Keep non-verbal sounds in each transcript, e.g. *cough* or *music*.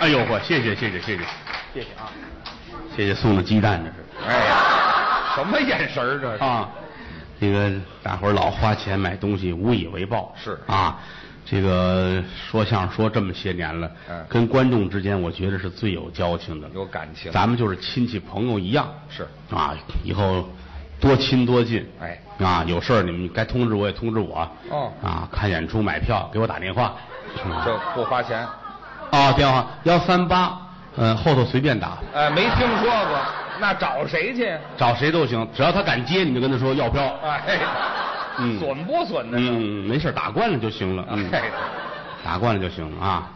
哎呦嚯，谢谢谢谢谢谢谢谢啊。谢谢送的鸡蛋这是哎呀，什么眼神儿这是？啊，这个大伙儿老花钱买东西，无以为报是啊。这个说相声说这么些年了，嗯跟观众之间，我觉得是最有交情的，有感情咱们就是亲戚朋友一样，是啊，以后多亲多近。哎，啊，有事儿你们该通知我也通知我。哦啊，看演出买票给我打电话。这不花钱，啊，电话幺三八，嗯，后头随便打，哎，没听说过，那找谁去？找谁都行，只要他敢接，你就跟他说要票。哎，嗯损不损呢？嗯，没事儿，打惯了就行了。嗯， *laughs* 哎，打惯了就行了啊。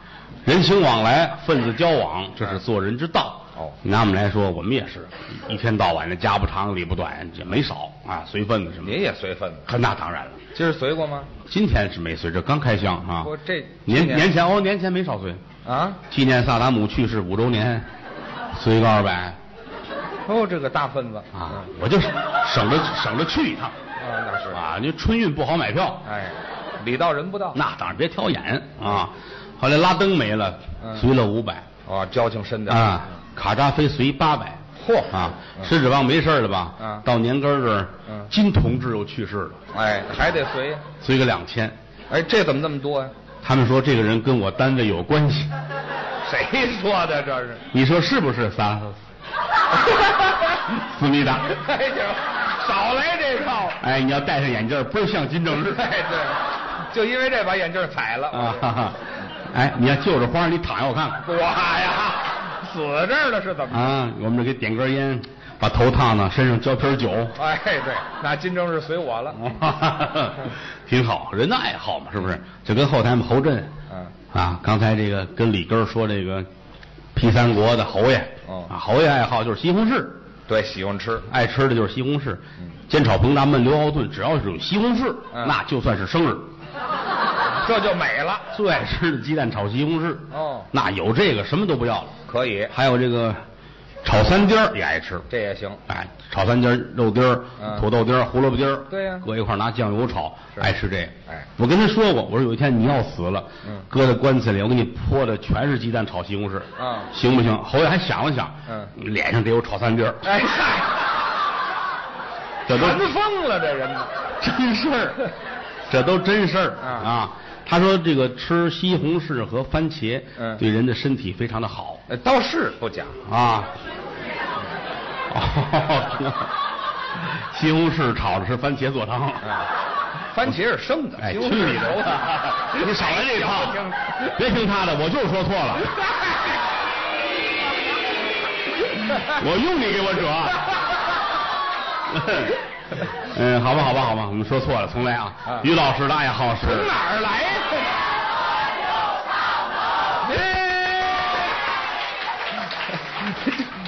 人情往来，分子交往，这是做人之道。嗯哦拿我们来说，我们也是一一天到晚的家不长里不短，也没少啊，随份子什么的。您也随份子，可那当然了，今儿随过吗？今天是没随，这刚开箱啊。我这年今年年前哦，年前没少随，啊，纪念萨达姆去世五周 *laughs* 年，随个二百哦，这个大份子啊，我就省着省着去一趟嗯啊，那是，啊，你春运不好买票，哎，礼到人不 *laughs* 到，那当然别挑眼啊。后来拉登没了，嗯随了五百哦，交情深点儿啊，卡扎菲随八百。嚯啊，嗯石指望没事儿了吧？嗯到年根儿这儿嗯，金同志又去世了，哎，还得随，随个两千。哎，这怎么那么多呀？他们说这个人跟我单位有关系，谁说的这是？你说是不是？三， *laughs* *laughs* 思密达。哎呀，少来这套！哎，你要戴上眼镜儿，倍儿像金正日。哎，对，就因为这把眼镜踩了。啊，哈哈哎，你要就着花儿，你躺下我看看。我呀，死这儿了是怎么？啊，我们这给点根烟，把头烫烫，身上浇瓶酒，哎，对，那金正日随我了。 *laughs* 挺好，人的爱好嘛，是不是？就跟后台我们侯震，嗯，啊，刚才这个跟李根儿说这个 P 三国的侯爷，哦啊，侯爷爱好就是西红柿， *laughs* 对，喜欢吃。爱吃的就是西红柿嗯，煎炒烹炸焖溜熬炖，只要是有西红柿，嗯那就算是生日。 *laughs* 这就美了。最爱吃的鸡蛋炒西红柿，哦，那有这个什么都不要了。可以，还有这个炒三丁儿也爱吃，这也行。哎，炒三丁儿、肉丁儿、嗯土豆丁儿、胡萝卜丁儿，对呀搁一块儿拿酱油炒，是爱吃这个。哎我跟他说过，我说有一天你要死了，嗯搁在棺材里，我给你泼的全是鸡蛋炒西红柿，啊行不行？侯爷还想了想，嗯脸上得有炒三丁儿，哎嗨， *laughs* 这都馋疯了这人呢。真事 *laughs* 儿，这都真事儿啊啊。他说这个吃西红柿和番茄，嗯对人的身体非常的好呃倒是不假。啊。 *laughs* 哦，西红柿炒着吃番茄做汤。哎，番茄是生的，哎，西去红你柿哎是的啊熟吧！ *laughs* 的。 *laughs* 你少来这套行，别听他的，我就是说错 *laughs* 了。我用你给我 *laughs* 折。嗯，好吧，好吧，好吧，我们说错了，重来啊啊。于老师的爱好是从哪儿来呀？您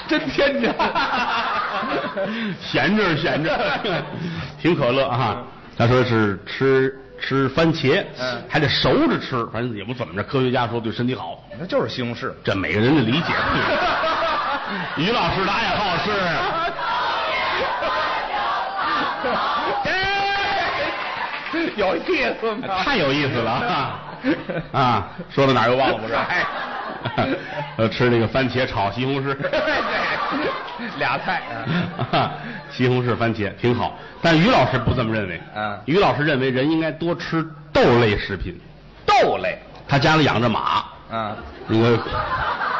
*laughs* 真天真。 *laughs* 闲着闲着，挺可乐啊。他说是吃吃番茄，嗯还得熟着吃，反正也不怎么着。科学家说对身体好，那就是西红柿。这每个人的理解不一样。于老师的爱好是，有意思吗？太有意思了 *laughs* 啊！啊，说到哪儿又忘了不是？哎呃，吃那个番茄炒西红柿。对， *laughs* 俩菜。 *laughs* 西红柿、番茄挺好，但于老师不这么认为。啊于老师认为人应该多吃豆类食品。豆类他家里养着马，啊，那个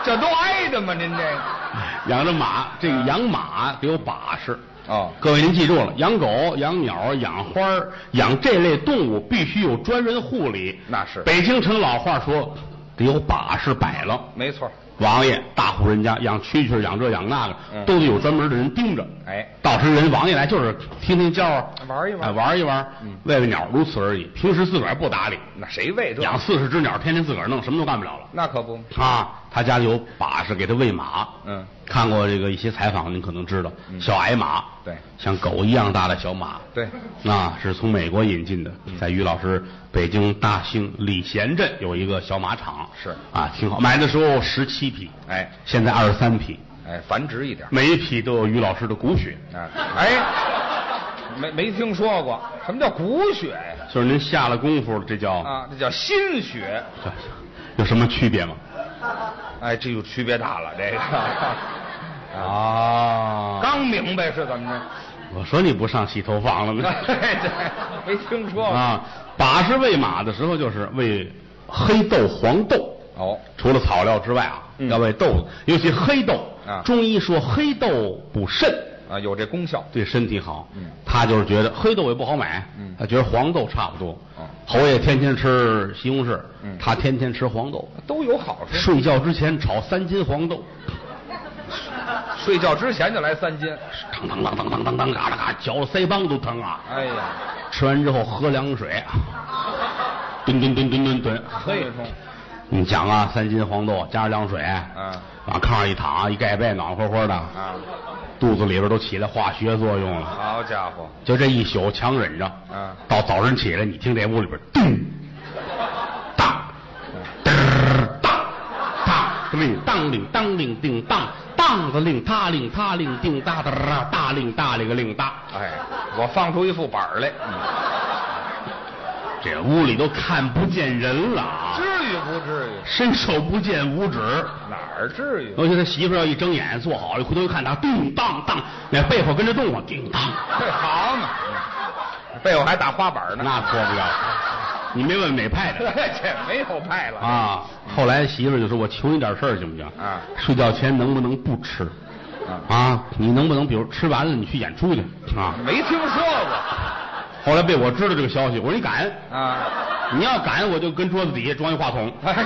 这都挨着吗？您这个 *laughs* 养着马，这个啊养马得有把式。哦，各位您记住了，养狗、养鸟、养花儿、养这类动物必须有专人护理。那是北京城老话说，得有把式摆了。没错。王爷、大户人家养蛐蛐、养这养那个，嗯都得有专门的人盯着。哎，到时人王爷来就是听听叫啊，玩一玩哎玩一玩，嗯喂喂鸟，如此而已。平时自个儿不打理，那谁喂这？养四十只鸟，天天自个儿弄，什么都干不了了。那可不。啊，他家里有把式给他喂马。嗯，看过这个一些采访，您可能知道，嗯小矮马，对像狗一样大的小马，对，嗯啊，是从美国引进的，在于老师北京大兴礼贤镇有一个小马场，是啊，挺好。买的时候十七匹，哎现在二十三匹，哎，繁殖一点。每一匹都有于老师的骨血，啊，哎，没没听说过，什么叫骨血呀？啊就是您下了功夫，这叫啊，那叫心血。这有什么区别吗？哎，这就区别大了，这个啊，啊刚明白是怎么着？我说你不上洗头房 *laughs* 了呢？对对，哎没听说过。啊，把式喂马的时候就是喂黑豆、黄豆，哦，除了草料之外啊，嗯要喂豆子，尤其黑豆。啊中医说黑豆补肾，啊，有这功效。对身体好。嗯他就是觉得黑豆也不好买，嗯他觉得黄豆差不多。哦侯爷天天吃西红柿，嗯他天天吃黄豆。都有好处。睡觉之前炒三斤黄豆，睡觉之前就来三斤，当当当当当当当，嘎啦嘎，嚼了腮帮都疼啊！哎呀，吃完之后喝凉水，啊吨吨吨吨吨吨。嘿，你想啊，三斤黄豆加上凉水，啊往炕上一躺，一盖被，暖和和的，啊，肚子里边都起来化学作用了。好家伙，就这一宿强忍着，啊，到早晨起来，你听这屋里边咚、当、嘚当、当，这么一当令当令叮当，当子令他令他令叮哒哒哒，大令大令个令哒。哎，我放出一副板儿来，这屋里都看不见人了啊，至于不至于？伸手不见五指。哪儿至于？尤其他媳妇儿要一睁眼坐好了，回头一看他咚当当，那背后跟着动啊，叮当，嘿， *laughs* 好嘛， *laughs* 被我还打花板呢，那错不了。你没问哪 *laughs* 派的啊这没有派了啊？后来媳妇儿就说：“我求你点事儿行不行？啊睡觉前能不能不吃？啊，啊，你能不能比如吃完了你去演出去啊没听说过？”后来被我知道这个消息，我说：“你敢？啊，你要敢，我就跟桌子底下装一话筒，哎呀，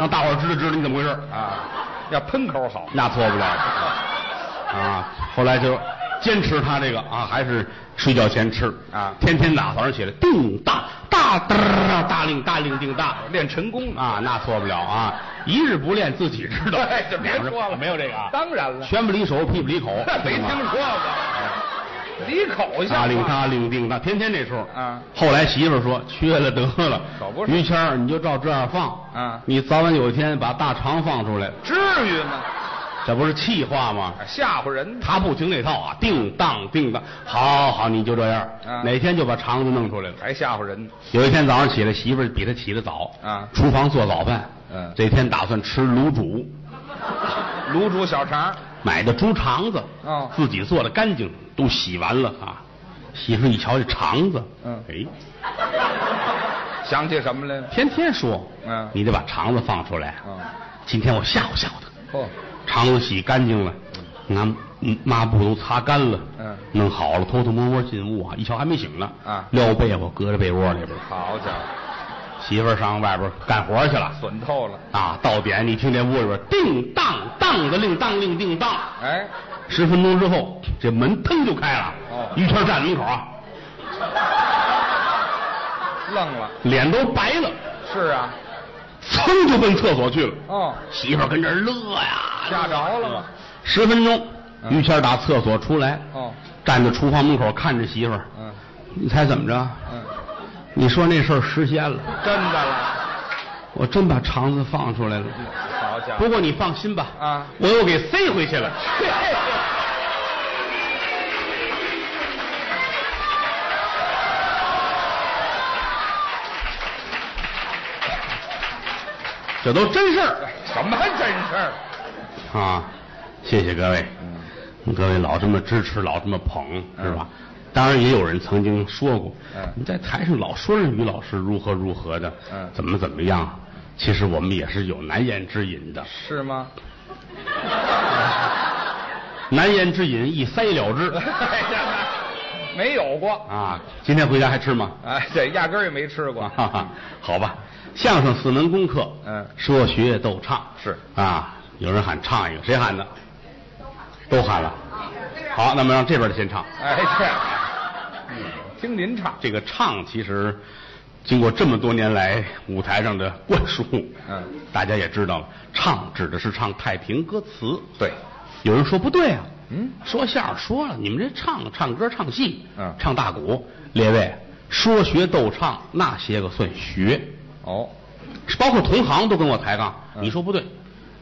让大伙儿知道知道你怎么回事。”啊，要喷口好，那错不了啊！后来就坚持他这个啊，还是睡觉前吃啊天天打早上起来，叮当大嘚儿啊大令大令叮当练成功了。啊，那错不了啊！一日不练，自己知道。 *laughs* 哎这别两个人说了没有这个啊，当然了，，拳不离手，屁不离口 *laughs* *laughs* 没知听道吗说过， *laughs* 你口大像令话大令叮当，天天这出。啊后来媳妇儿说缺了得了可不，是于谦儿你就照这样放啊你早晚有一天把大肠放出来，至于吗？这不是气话哎吗？吓唬人的。他不听那套啊，叮当叮当，好好你就这样，啊哪天就把肠子弄出来了。还吓唬人呢有一天早上起来，媳妇儿比他起得早啊厨房做早饭，嗯这天打算吃卤煮，卤煮小肠，买的猪肠子，哦自己做的干净，都洗完了啊。媳妇儿一瞧这肠子，嗯哎，想起什么来了？天天说，嗯你得把肠子放出来。啊嗯今天我吓唬吓唬他，嚯、肠子洗干净了，拿抹布都擦干了，嗯弄好了，偷偷摸摸进屋啊，一瞧还没醒呢，啊撩被窝，搁在被窝里边，好家伙，媳妇儿上外边干活去了，损透了！啊，到点你听这屋里边叮当当的令当令叮当，哎，十分钟之后这门腾就开了，哦于谦站门口啊，愣了。脸都白了，是啊，噌就奔厕所去了，哦，媳妇儿跟这儿乐呀，吓着了吗？十分钟，嗯于谦打厕所出来，哦，站在厨房门口看着媳妇儿，嗯你猜怎么着？嗯，你说那事儿实现了，真的了，我真把肠子放出来了。嗯好家不伙，过你放心吧，啊我又给塞回去了。 *laughs* 这都真事儿什么真事儿？啊！谢谢各位，嗯，各位老这么支持，老这么捧，嗯是吧？当然也有人曾经说过，嗯你在台上老说人于老师如何如何的，嗯怎么怎么样，其实我们也是有难言之隐的，是吗？难言之隐一塞了 *laughs* 之没有过，啊！今天回家还吃吗？哎，这压根儿也没吃过。哈哈，好吧，相声四门功课，嗯说学逗唱是啊，有人喊唱一个，谁喊的？都喊了。好，那么让这边的先唱。哎，这，嗯听您唱，这个唱其实经过这么多年来舞台上的灌输，嗯，大家也知道了，唱指的是唱太平歌词。对，有人说不对啊，嗯，说相声说了，你们这唱唱歌唱戏，嗯唱大鼓，列位说学逗唱那些个算学，哦，包括同行都跟我抬杠，嗯你说不对。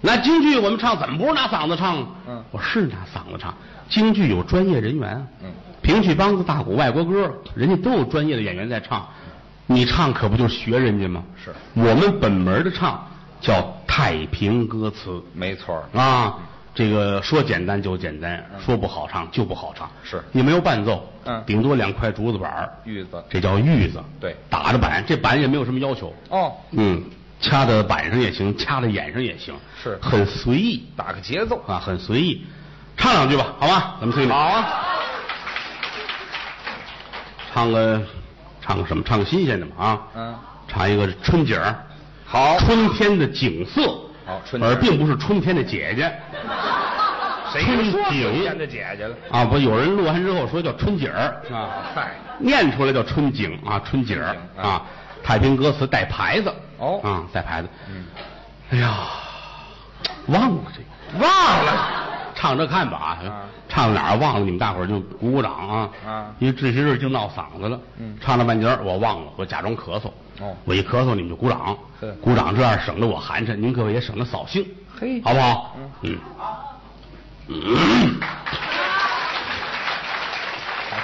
那京剧我们唱怎么不是拿嗓子唱啊？嗯我是拿嗓子唱。京剧有专业人员啊，嗯，评剧、梆子、大鼓、外国歌，人家都有专业的演员在唱，你唱可不就学人家吗？嗯是我们本门的唱，叫《太平歌词没错儿》啊。这个说简单就简单，说不好唱就不好唱。嗯是你没有伴奏，嗯顶多两块竹子板儿，玉子这叫玉子，对打着板，这板也没有什么要求，哦，嗯，掐在板上也行，掐在眼上也行，是很随意打个节奏。啊，很随意。唱两句吧，好吧，咱们听听。好啊，唱个唱个什么？唱个新鲜的嘛啊，嗯，唱一个春景儿好春天的景色，好春景儿而并不是春天的姐姐谁春说景春天的姐姐了？啊。不，有人录完之后说叫春景儿啊，啊，嗨，念出来叫春景啊，春景儿春景啊啊。太平歌词带牌子哦啊，带牌子。嗯，哎呀，忘了这个，忘了， *laughs* 唱着看吧啊啊，唱哪儿忘了，你们大伙儿就鼓鼓掌啊，啊因为这些日就闹嗓子了，嗯唱了半截儿我忘了，我假装咳嗽，哦我一咳嗽你们就鼓掌是，鼓掌这样省得我寒碜，您各位也省得扫兴，嘿好不好？嗯，嗯，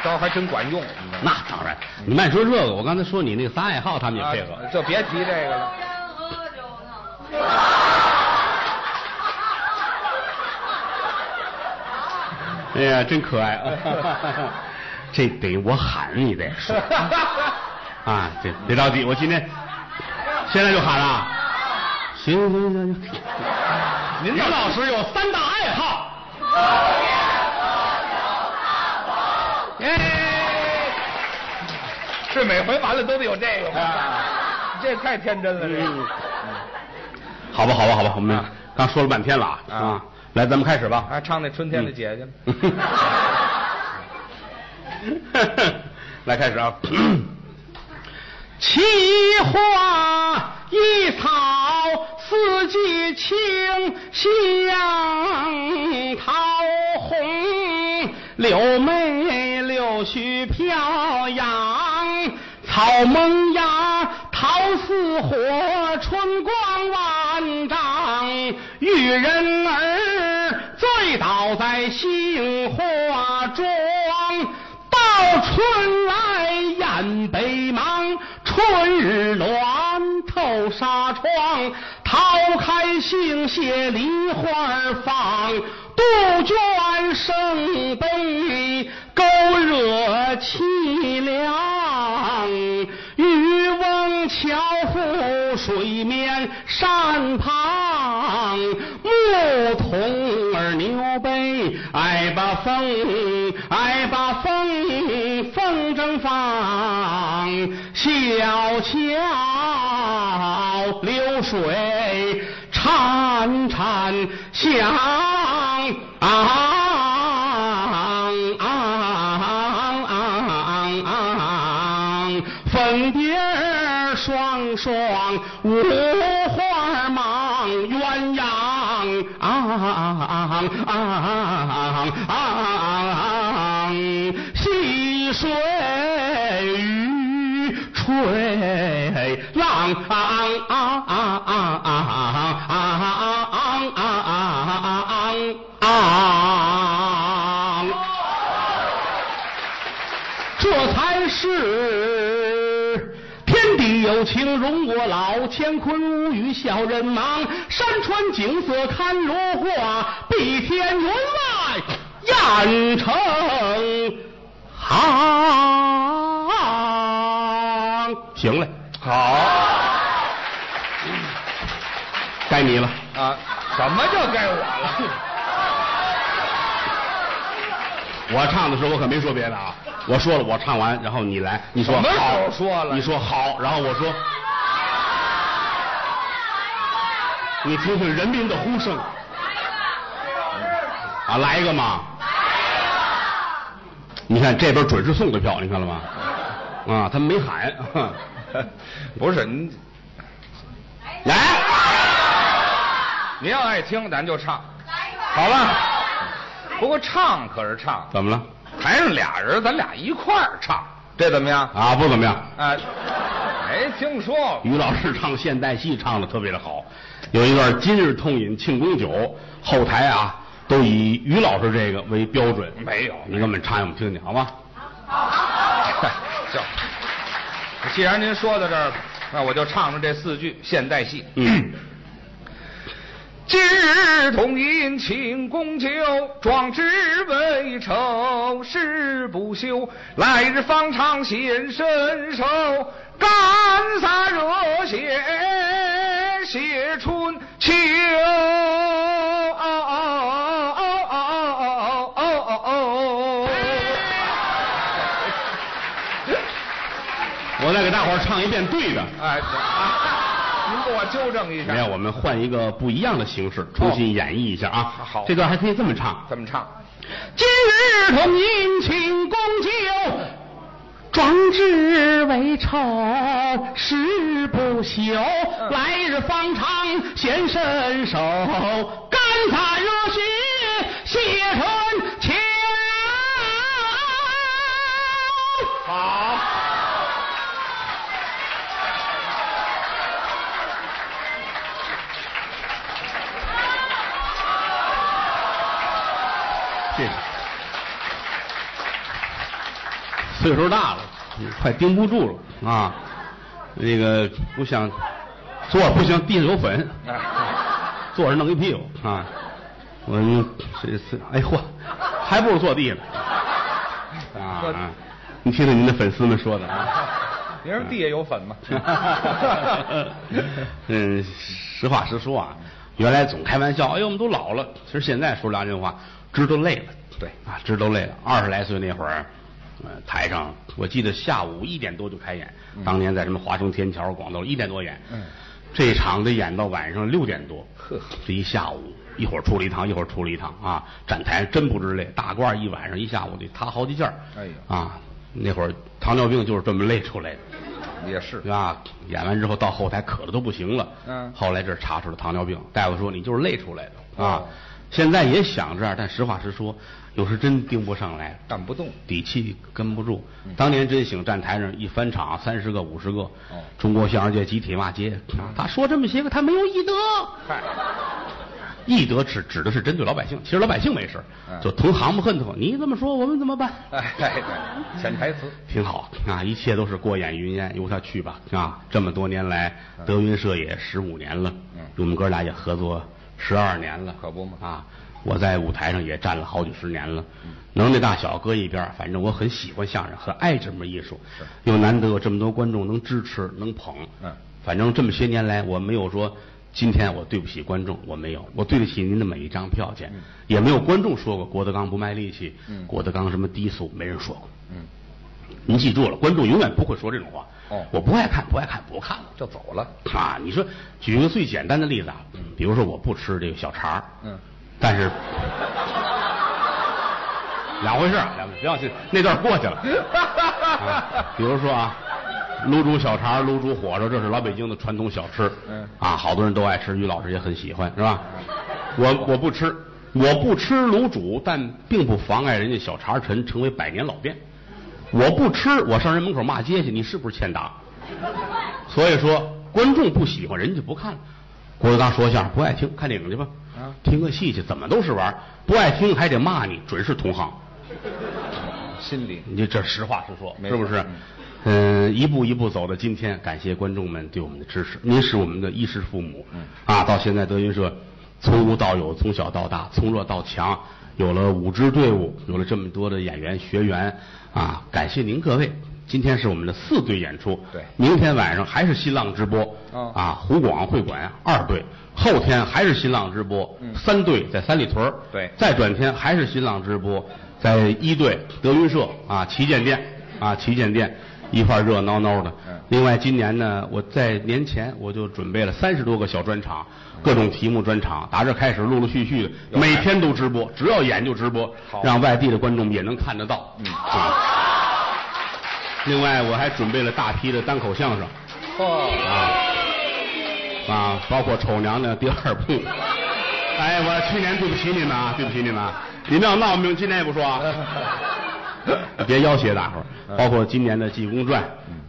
这招还真管用。你知道吗那当然，你慢说这个，我刚才说你那个仨爱好，他们也啊配合，就别提这个了。山喝酒呢。哎呀，真可 *laughs* 爱啊！这得我喊你得 *laughs* 说啊，这别着急，我今天现在就喊了。行行行行，您于老师有三大爱好。哎，是每回完了都得有这个啊吗？这太天真了，这嗯个。好吧，好吧，好吧，我们刚说了半天了啊，啊啊来，咱们开始吧。还啊唱那春天嗯的姐姐， *laughs* 来开始啊！奇花异草四季青，香桃红，柳眉柳絮飘扬，草萌芽，桃似火，春光万丈，玉人儿醉倒在杏花妆。到春来雁北忙，春日暖透纱窗。桃开杏谢梨花儿放，杜鹃生悲勾惹凄凉。渔翁樵夫水面山旁，牧童儿牛背爱把风，爱把风，风筝放，小桥流水潺潺响。粉蝶儿双双，五花忙，鸳鸯啊啊啊啊！戏水鱼吹浪啊啊啊啊啊啊啊啊啊！这才是天地有情容我老，乾坤无语小人忙。山川景色堪如画，碧天云外雁城行。行嘞，好该你了。啊，什么叫该我了？我唱的时候我可没说别的啊，我说了我唱完，然后你来，你说什么时候好说了你说好，然后我说，你听听人民的呼声，啊，来一个嘛，你看这边准是送的票，你看了吗？啊，他们没喊， *laughs* 哼不是您，来，您要爱听咱就唱，好了，不过唱可是唱，怎么了？台上俩人咱俩一块儿唱，这怎么样？啊，不怎么样。啊，没哎听说 *laughs* 过。于老师唱现代戏唱的特别的好，有一段《今日痛饮庆功酒》，后台啊都以于老师这个为标准。没有你给我们唱一我们听听，好吗？行，既然您说到这儿了，那我就唱唱这四句现代戏。嗯，今日同饮庆功酒，壮志未酬誓不休。来日方长显身手，干洒热血写春秋。我再给大伙儿唱一遍对的。哎，啊您给我纠正一下没，有，我们换一个不一样的形式，重新演绎一下啊。好这段还可以这么唱：怎么唱？今日同饮庆功酒，壮志未酬誓不休。来日方长显身手，干洒热血写春秋。好，这岁数大了，快盯不住了啊！那个不想坐着不行，地上有粉，哎坐着弄一屁股啊！我这是哎嚯，还不如坐 *laughs* 地上坐啊！你听听您的粉丝们说的啊。您说地下有粉吗？ *laughs* 嗯，实话实说啊，原来总开玩笑，哎呦，我们都老了。其实现在说良心话，知都累了。对啊，知都累了。二十来岁那会儿，呃，台上我记得下午一点多就开演，当年在什么华中天桥、广州一点多演。嗯这场得演到晚上六点多，呵这一下午，一会儿出了一趟，一会儿出了一趟啊，站台上真不知累，大褂一晚上一下午得塌好几件儿哎呦啊，那会儿糖尿病就是这么累出来的。也是啊，演完之后到后台渴的都不行了。嗯后来这儿查出了糖尿病，大夫说你就是累出来的啊。哦现在也想这样，但实话实说，有时真盯不上来，干不动。底气跟不住。嗯当年真醒站台上一翻场，三十个五十个，哦中国相声界集体骂街。啊他说这么些个，他没有艺德。嗨，义德指指的是针对老百姓，其实老百姓没事儿嗯就同行们恨得慌。你这么说，我们怎么办？哎，对潜台词。 *laughs* 挺好啊，一切都是过眼云烟，由他去吧啊！这么多年来，德云社也十五年了，嗯我们哥俩也合作十二年了，可不嘛嗯啊！我在舞台上也站了好几十年了，能耐大小搁一边儿，反正我很喜欢相声，很爱这门艺术，又难得有这么多观众能支持能捧，嗯反正这么些年来，我没有说今天我对不起观众，我没有，我对得起您的每一张票钱，也没有观众说过郭德纲不卖力气，嗯郭德纲什么低俗，没人说过。嗯，您记住了，观众永远不会说这种话。哦我不爱看，不爱看，不看了。就走了。啊，你说，举个最简单的例子啊，比如说我不吃这个小肠儿，嗯，但是两回事儿，啊两回事儿不要紧，那段儿过去了。啊，比如说啊，卤煮小肠儿、卤煮火烧，这是老北京的传统小吃。嗯啊，好多人都爱吃，于老师也很喜欢，是吧？我我不吃，我不吃卤煮，但并不妨碍人家小肠儿陈成为百年老店。我不吃，我上人门口骂街去，你是不是欠打？所以说，观众不喜欢，人家就不看了。郭德纲说相声不爱听，看电影去吧。啊听个戏去，怎么都是玩儿不爱听还得骂你，准是同行。心里你这实话实说，嗯没是错不是？嗯，一步一步走到今天，感谢观众们对我们的支持，您是我们的衣食父母。嗯啊，到现在德云社从无到有，从小到大，从弱到强，有了五支队伍，有了这么多的演员学员啊，感谢您各位。今天是我们的四队演出，对明天晚上还是新浪直播，哦啊，湖广会馆二队，后天还是新浪直播，嗯三队在三里屯儿对再转天还是新浪直播，在一队德云社啊旗舰店啊旗舰店一块儿热闹闹的嗯。另外今年呢，我在年前我就准备了三十多个小专场，各种题目专场，打这开始陆陆续续的，嗯有每天都直播，只要演就直播好，嗯让外地的观众也能看得到。啊，另外我还准备了大批的单口相声。嚯，啊，包括丑娘娘第二部。哎，我去年对不起你们啊，对不起你们啊，你们要闹，我们今天也不说啊。别要挟大伙儿，包括今年的《济公传》，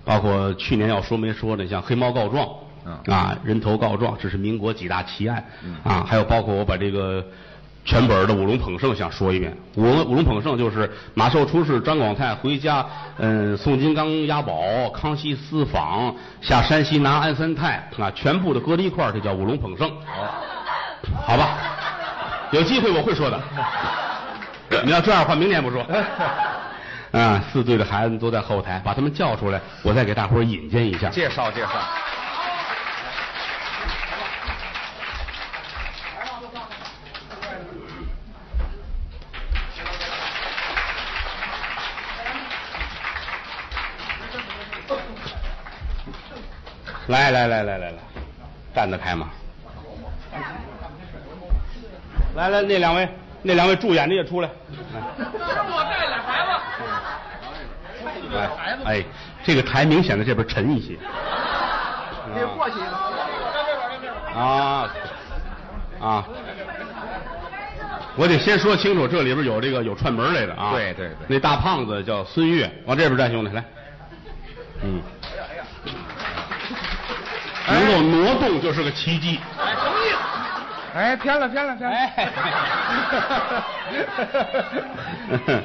包括去年要说没说的，像《黑猫告状》嗯啊，《人头告状》，这是民国几大奇案啊，还有包括我把这个全本儿的《五龙捧圣》想说一遍，《五龙五龙捧圣》就是马寿出世，张广泰回家，嗯，宋金刚押宝，康熙私访，下山西拿安三泰啊，全部的搁在一块儿，这叫《五龙捧圣》。好吧，有机会我会说的。你要这样的话，明年不说。啊，四队的孩子都在后台，把他们叫出来，我再给大伙儿引荐一下。介绍介绍。来来来来来来，站得开吗？来来，那两位，那两位助演的也出来。不是我带俩孩子。哎，这个台明显的这边沉一些。你过去啊啊！我得先说清楚，这里边有这个有串门来的啊。对对对那大胖子叫孙越，往这边站，兄弟来。嗯。能够挪动就是个奇迹。哎，偏了偏了偏了。哎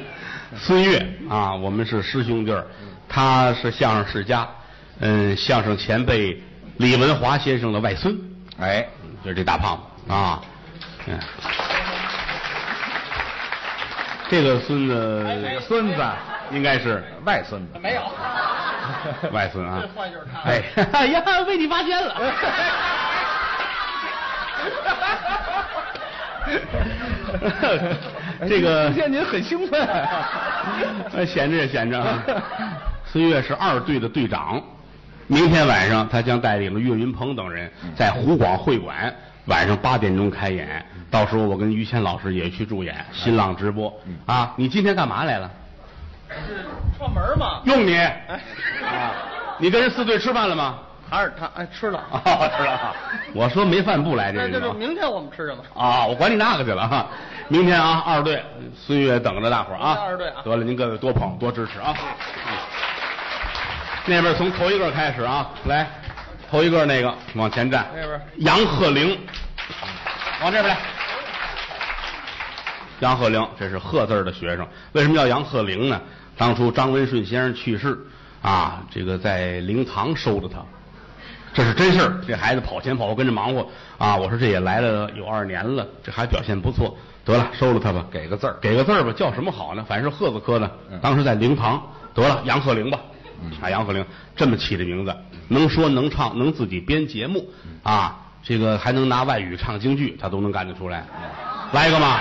*laughs* 孙越啊，我们是师兄弟儿，嗯他是相声世家，嗯，相声前辈李文华先生的外孙，哎，就是这大胖子啊，嗯，这个孙子哎这个孙子，啊应该是外孙子，没有， *laughs* 外孙 *laughs* 啊，哎，哎 *laughs* 呀，被你发现了。这个今天哎您很兴奋，啊 *laughs* 哎，闲着也闲着啊。孙越是二队的队长，明天晚上他将带领着岳云鹏等人在湖广会馆晚上八点钟开演，到时候我跟于谦老师也去助演，新浪直播嗯啊。你今天干嘛来了？串门嘛，用你啊！你跟人四队吃饭了 *laughs* 吗？还是他哎 *laughs* 吃了，啊，知道。我说没饭不来这那人就是吗？明天我们吃什么？啊，我管你那个去了哈。明天啊，二队孙越等着大伙儿啊。明天二队啊嗯得了，您各位多捧多支持啊。那边从头一个开始啊，来，头一个那个往前站，那边嗯杨鹤龄，往这边来。杨鹤龄，这是鹤字儿的学生。为什么叫杨鹤龄呢？当初张文顺先生去世啊，这个在灵堂收着他，这是真事儿。这孩子跑前跑后跟着忙活啊，我说这也来了有二年了，这还表现不错，得了，收了他吧，给个字儿，给个字儿吧，叫什么好呢？反正是鹤字科的嗯，当时在灵堂，得了，杨鹤龄吧，啊，杨鹤龄这么起的名字，能说能唱，能自己编节目，啊，这个还能拿外语唱京剧，他都能干得出来，来一个嘛，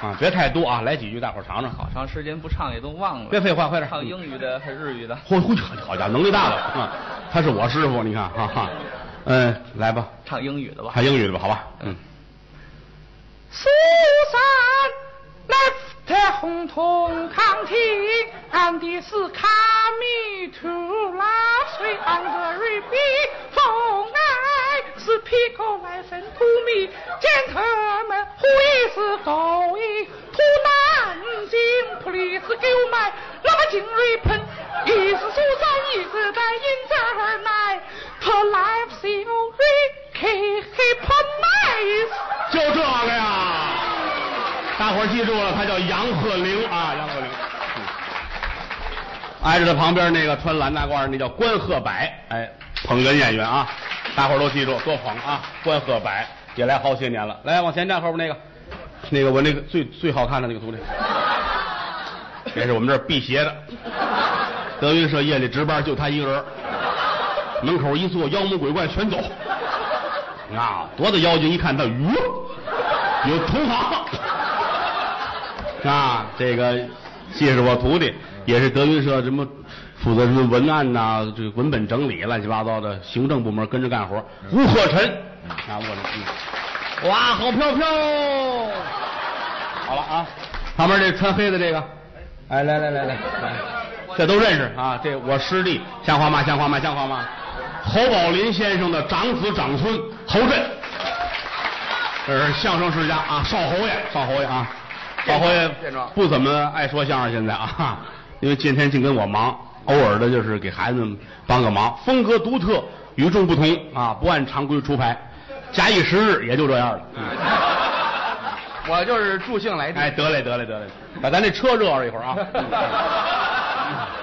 啊，别太多啊，来几句大伙儿尝尝，好好长时间不唱也都忘了。别废话，快点，唱英语的还是日语的？嚯嚯，好家伙，能力大了，啊，他是我师傅，你看，哈哈，嗯，来吧，唱英语的吧看。英语的吧，好吧，嗯， Susan left her home town county and is coming to last week on the repeat for I speak of listen to me, gentlemen, who is going to Nanjing? Please give my lodging repent. Is Susan is the internet? Her life's already nice. 就这个呀，大伙儿记住了，他叫杨鹤龄啊，杨鹤龄。嗯挨着他旁边那个穿蓝大褂儿那叫关鹤柏，哎，捧哏演员啊，大伙儿都记住，多捧啊！关鹤柏也来好些年了，来往前站后边那个，那个我那个最最好看的那个徒弟，这是我们这儿辟邪的，德云社夜里值班就他一个人儿，门口一坐，妖魔鬼怪全走，啊，多大妖精一看到，哟，有同行。啊，这个既是我徒弟，也是德云社什么负责什么文案呐、这个文本整理、乱七八糟的行政部门跟着干活。吴鹤臣，啊，吴鹤臣，嗯哇，好飘飘！好了啊，旁边这穿黑的这个，哎，来来来来，来 *laughs* 这都认识啊，这我师弟，像话吗？像话吗？像话吗？侯宝林先生的长子长孙侯震，这是相声世家啊，少侯爷，少侯爷啊，少侯爷见状不怎么爱说相声，现在啊， *laughs* 因为今天净跟我忙，偶尔的就是给孩子们帮个忙，风格独特，与众不同啊，不按常规出牌，假以时日也就这样了。 *laughs* 我就是助兴来哎，电。得嘞，得嘞，得嘞，把咱这车热热一会儿啊。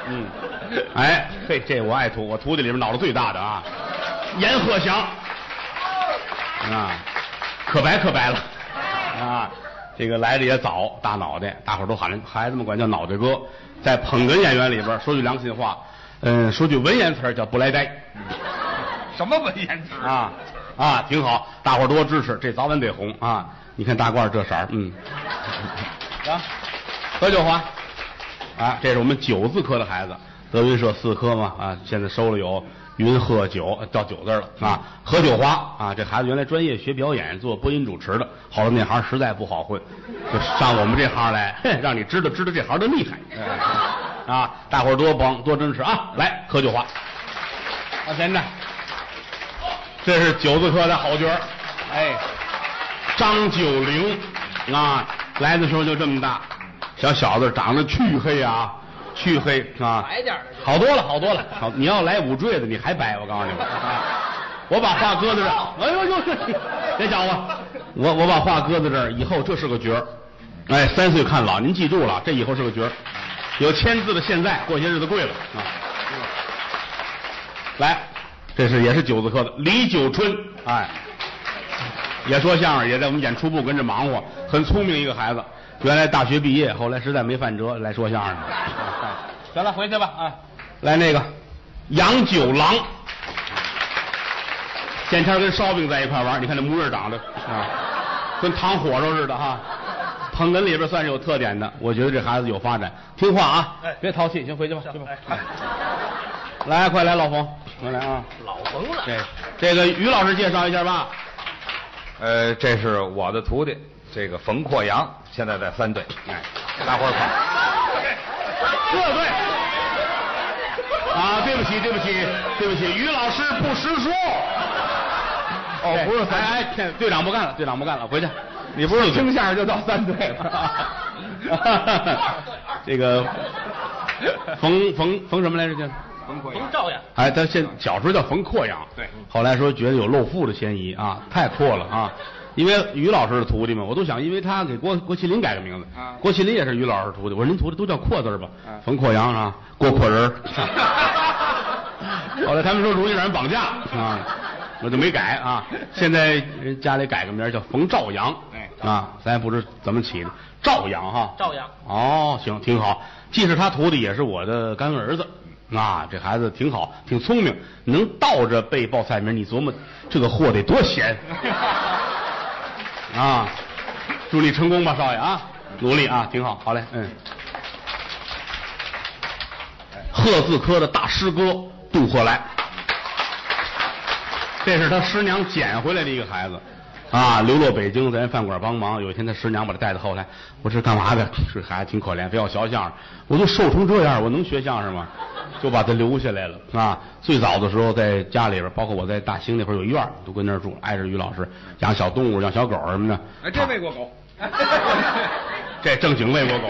嗯，哎，嘿，这我爱徒，我徒弟里面脑袋最大的啊，阎鹤祥，啊，可白可白了啊！这个来的也早，大脑袋，大伙儿都喊孩子们管叫脑袋哥。在捧哏演员里边儿，说句良心话，嗯，说句文言词儿叫不来呆什么文言词啊？啊，挺好，大伙儿多支持，这早晚得红啊！你看大褂儿这色儿，嗯，啊，何九华，啊，这是我们九字科的孩子，德云社四科嘛，啊，现在收了有云鹤九到九字了啊，何九华啊，这孩子原来专业学表演，做播音主持的，后来那行实在不好混，就上我们这行来，哼让你知道知道这行的厉害，哎啊，大伙儿多帮多支持啊！来，何九华，往前站，这是九字科的好角儿哎，张九龄啊，来的时候就这么大，小小子长得黢黑啊，黢黑啊，白点儿的好多了，好多了。好，你要来五坠子，你还白，我告 *laughs* 诉你，啊我把话搁在这哦儿，哎呦呦，别搅和，我我把话搁在这儿，以后这是个角儿，哎，三岁看老，您记住了，这以后是个角儿，有签字的现在，过些日子贵了啊。来，这是也是九字科的李九春，哎。也说相声，也在我们演出部跟着忙活，很聪明一个孩子。原来大学毕业，后来实在没饭辙，来说相声。行了，回去吧啊。来那个杨九郎，见天儿跟烧饼在一块玩儿，你看这模样长得啊，跟糖火烧似的哈。捧哏里边算是有特点的，我觉得这孩子有发展，听话啊！哎哎，别淘气，行，回去吧，去吧。来，快来，老冯，快来啊！老冯了，这这个于老师介绍一下吧。 *laughs* 呃，这是我的徒弟，这个冯阔阳，现在在三队。哎，大伙儿好。这对。啊，对不起，对不起，对不起，于老师不识数。哦对不是哎哎，天队长不干了，队长不干了，回去。你不是听相声就到三队 *laughs* 了。这个冯冯冯什么来着？叫冯阔冯照样。哎，他现小时候叫冯阔阳，对后来说觉得有露富的嫌疑啊，太阔了啊。因为于老师的徒弟们，我都想，因为他给郭郭麒麟改个名字，啊郭麒麟也是于老师徒弟。我说您徒弟都叫阔字儿吧，啊冯阔阳啊，郭阔 *laughs* 人儿。 *laughs* 后来他们说容易让人绑架啊，我就没改啊。现在人家里改个名儿叫冯兆阳，哎啊，咱也不知怎么起的，兆阳哈，照样。哦，行，挺好。既是他徒弟，也是我的干儿子。啊，这孩子挺好，挺聪明，能倒着背报菜名。你琢磨这个货得多闲啊！祝你成功吧，少爷啊，努力啊，挺好。好嘞，嗯。贺字科的大师哥杜鹤来，这是他师娘捡回来的一个孩子，啊，流落北京，在人饭馆帮忙。有一天，他师娘把他带到后台，我这是干嘛的？这孩子挺可怜，非要学相声。我都瘦成这样，我能学相声吗？就把他留下来了啊！最早的时候，在家里边，包括我在大兴那会儿有院儿都跟那儿住，挨着于老师养小动物，养小狗什么的。哎，这喂过狗。 *laughs* 这正经喂过狗，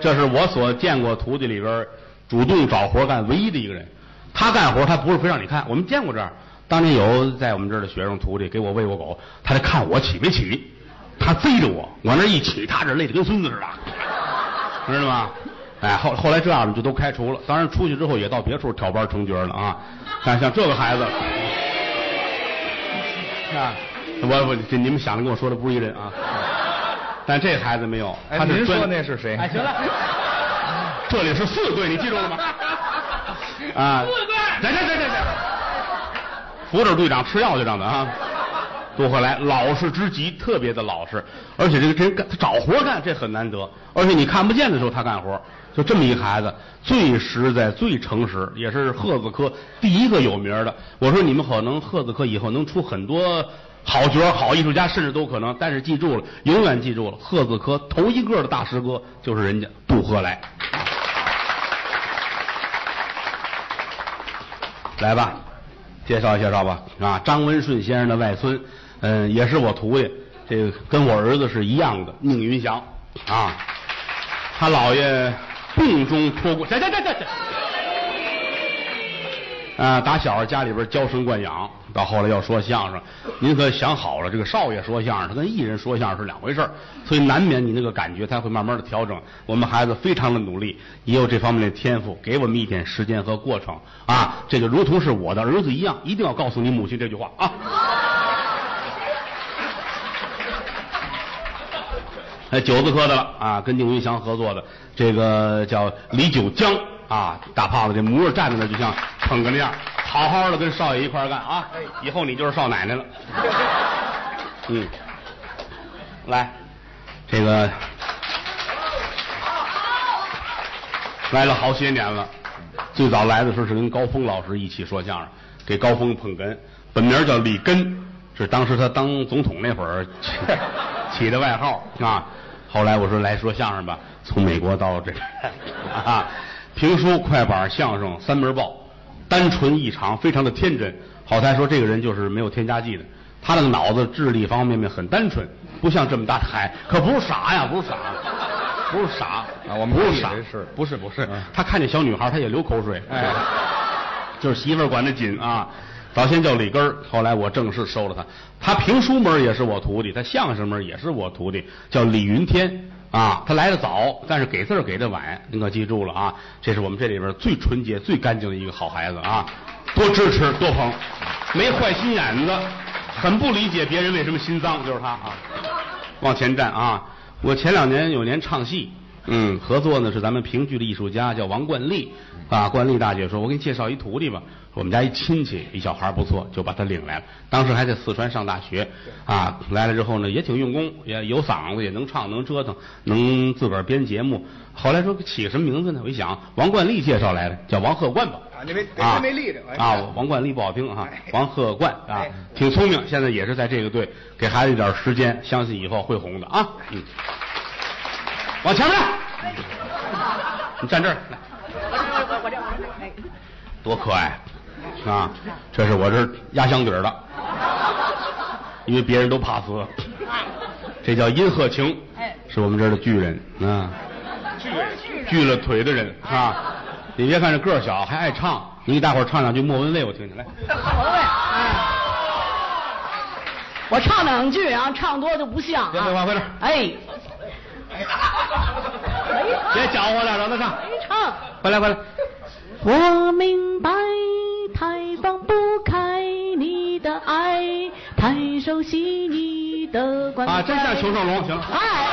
这是我所见过徒弟里边儿主动找活干唯一的一个人。他干活，他不是非让你看，我们见过这样。当年有在我们这儿的学生徒弟给我喂过狗，他得看我起没起，他追着我，往那儿一起，他这累得跟孙子似的， *laughs* 知道吗？哎，后后来这样的就都开除了。当然出去之后也到别处挑班成角了啊。但像这个 *laughs* 孩子，啊，我我这你们想的跟我说的不是一个人啊。但这孩子没有，哎他是您说专那是谁哎，行了， *laughs* 这里是四队，你记住了吗？ *laughs* 啊，四队，来来来来来，扶着队长吃药去，让他啊。杜鹤来老实之极，特别的老实，而且这个真干，他找活干，这很难得。而且你看不见的时候他干活，就这么一孩子，最实在、最诚实，也是鹤子科第一个有名的。我说你们可能鹤子科以后能出很多好角儿、好艺术家，甚至都可能。但是记住了，永远记住了，鹤子科头一个的大师哥就是人家杜鹤来。来吧，介绍介绍吧。啊，张文顺先生的外孙，嗯，也是我徒弟，这个跟我儿子是一样的，宁云祥啊。他姥爷病中托孤，这这这这这。啊，打小家里边娇生惯养，到后来要说相声，您可想好了，这个少爷说相声，他跟艺人说相声是两回事儿，所以难免你那个感觉他会慢慢的调整。我们孩子非常的努力，也有这方面的天赋，给我们一点时间和过程啊，这就如同是我的儿子一样，一定要告诉你母亲这句话啊。呃，九字科的了啊，跟宁云祥合作的，这个叫李九江啊，大胖子这模样站在那儿就像捧个那样，好好的跟少爷一块儿干啊，以后你就是少奶奶了。嗯，来，这个来了好些年了，最早来的时候是跟高峰老师一起说相声，给高峰捧哏，本名叫李根，是当时他当总统那会儿起起的外号啊。后来我说来说相声吧，从美国到这个 *laughs* 啊，评书、快板、相声三门报，单纯异常，非常的天真。好才说这个人就是没有添加剂的，他那个脑子智力方面面很单纯，不像这么大的海，可不是傻呀，不是傻，不是傻啊我们不都是以傻为是，不是不是嗯，他看见小女孩，他也流口水，哎， *laughs* 就是媳妇儿管得紧啊。早先叫李根儿，后来我正式收了他。他评书门儿也是我徒弟，他相声门儿也是我徒弟，叫李云天啊。他来的早，但是给字儿给的晚，您可记住了啊。这是我们这里边最纯洁、最干净的一个好孩子啊，多支持，多捧，没坏心眼子，很不理解别人为什么心脏，就是他啊。往前站啊！我前两年有年唱戏，嗯，合作呢是咱们评剧的艺术家叫王冠丽啊。冠丽大姐说：“我给你介绍一徒弟吧，我们家一亲戚，一小孩不错，就把他领来了。当时还在四川上大学啊，来了之后呢也挺用功，也有嗓子，也能唱，能折腾，能自个儿编节目。后来说起个什么名字呢？我一想，王冠丽介绍来的，叫王鹤冠吧。啊，你没啊，真没立着哎啊，王冠丽不好听啊哎，王鹤冠啊哎，挺聪明，现在也是在这个队，给孩子一点时间，相信以后会红的啊。哎嗯，往前面 *laughs* 来，你站这儿来，多可爱啊！哎这是我这儿压箱底儿的，因为别人都怕死，哎这叫殷鹤情，是我们这儿的巨人啊。锯了腿的人啊！你别看这个儿小，还爱唱。你给大伙儿唱两句莫文蔚，我听听来。好嘞，哎，我唱两句啊，唱多就不像别废啊。话，快点！哎，别搅和了，让他唱。没唱。快来，快来！我明白，太放不开你的爱，太熟悉你的关怀。啊，真像裘盛龙，行了。哎，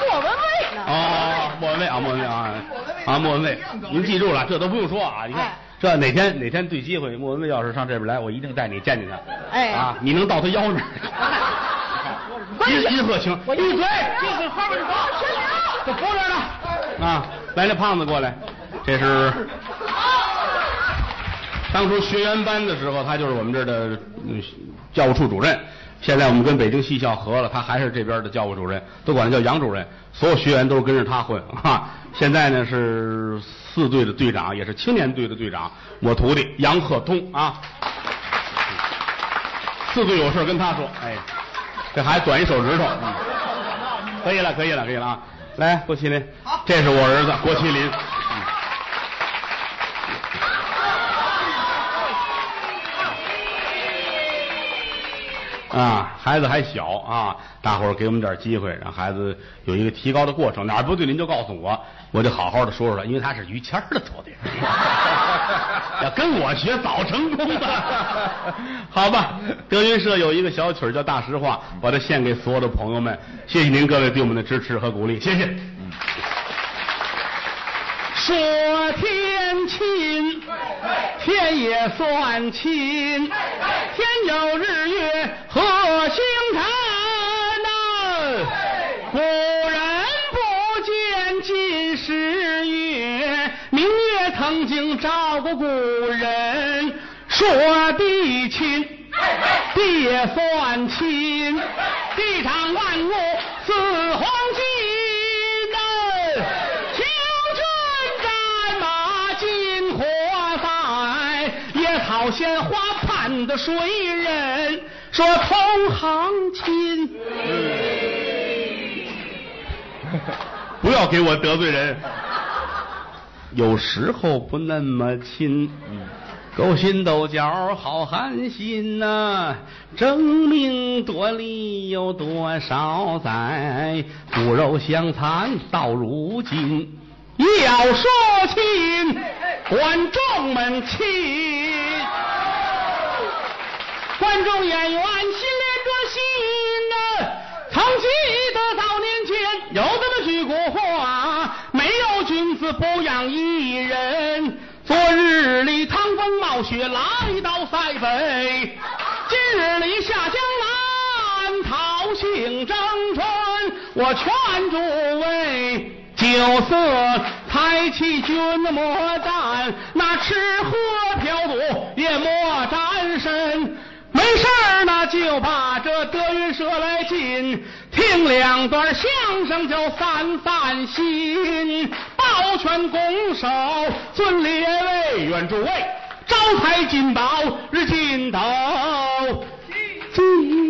莫文蔚呢？哦，莫文蔚啊，莫文蔚啊，啊，莫文蔚，您记住了，这都不用说啊。你看哎，这哪天哪天对机会，莫文蔚要是上这边来，我一定带你见见他。哎啊，你能到他腰那儿。殷殷鹤情，我闭嘴！闭嘴，后边走。全聊。这活着呢。啊，来，那胖子过来，这是当初学员班的时候，他就是我们这儿的嗯教务处主任。现在我们跟北京戏校合了，他还是这边的教务主任，都管他叫杨主任。所有学员都是跟着他混啊。现在呢是四队的队长，也是青年队的队长，我徒弟杨鹤通啊。四队有事跟他说，哎，这还短一手指头。嗯可以了，可以了，可以了啊！来，郭麒麟，这是我儿子郭麒麟。嗯啊，孩子还小啊，大伙儿给我们点机会，让孩子有一个提高的过程。哪儿不对您就告诉我，我就好好的说说他，因为他是于谦儿的徒弟，要跟我学早成功了。好吧，德云社有一个小曲儿叫《大实话》，把它献给所有的朋友们。谢谢您各位对我们的支持和鼓励，谢谢。说天亲，天也算亲，天有日月和星辰呐、古人不见今时月，明月曾经照过古人。说地亲，地也算亲，地上万物似黄金呐、清军战马金火在，野草鲜花盼的谁人？说同行亲。 *laughs* 不要给我得罪人。有时候不那么亲，勾心斗角好寒心呐、争名夺利有多少载，骨肉相残到如今。要说亲，观众们亲。观众演员心连着心呐、曾经小雪来到塞北，今日里下江南，讨杏争春，我劝诸位。酒色财气君莫沾，那吃喝嫖赌也莫沾身。没事儿呢，就把这德云社来进，听两段相声就散散心。抱拳拱手，尊列位，愿诸位招财进宝日进斗。进。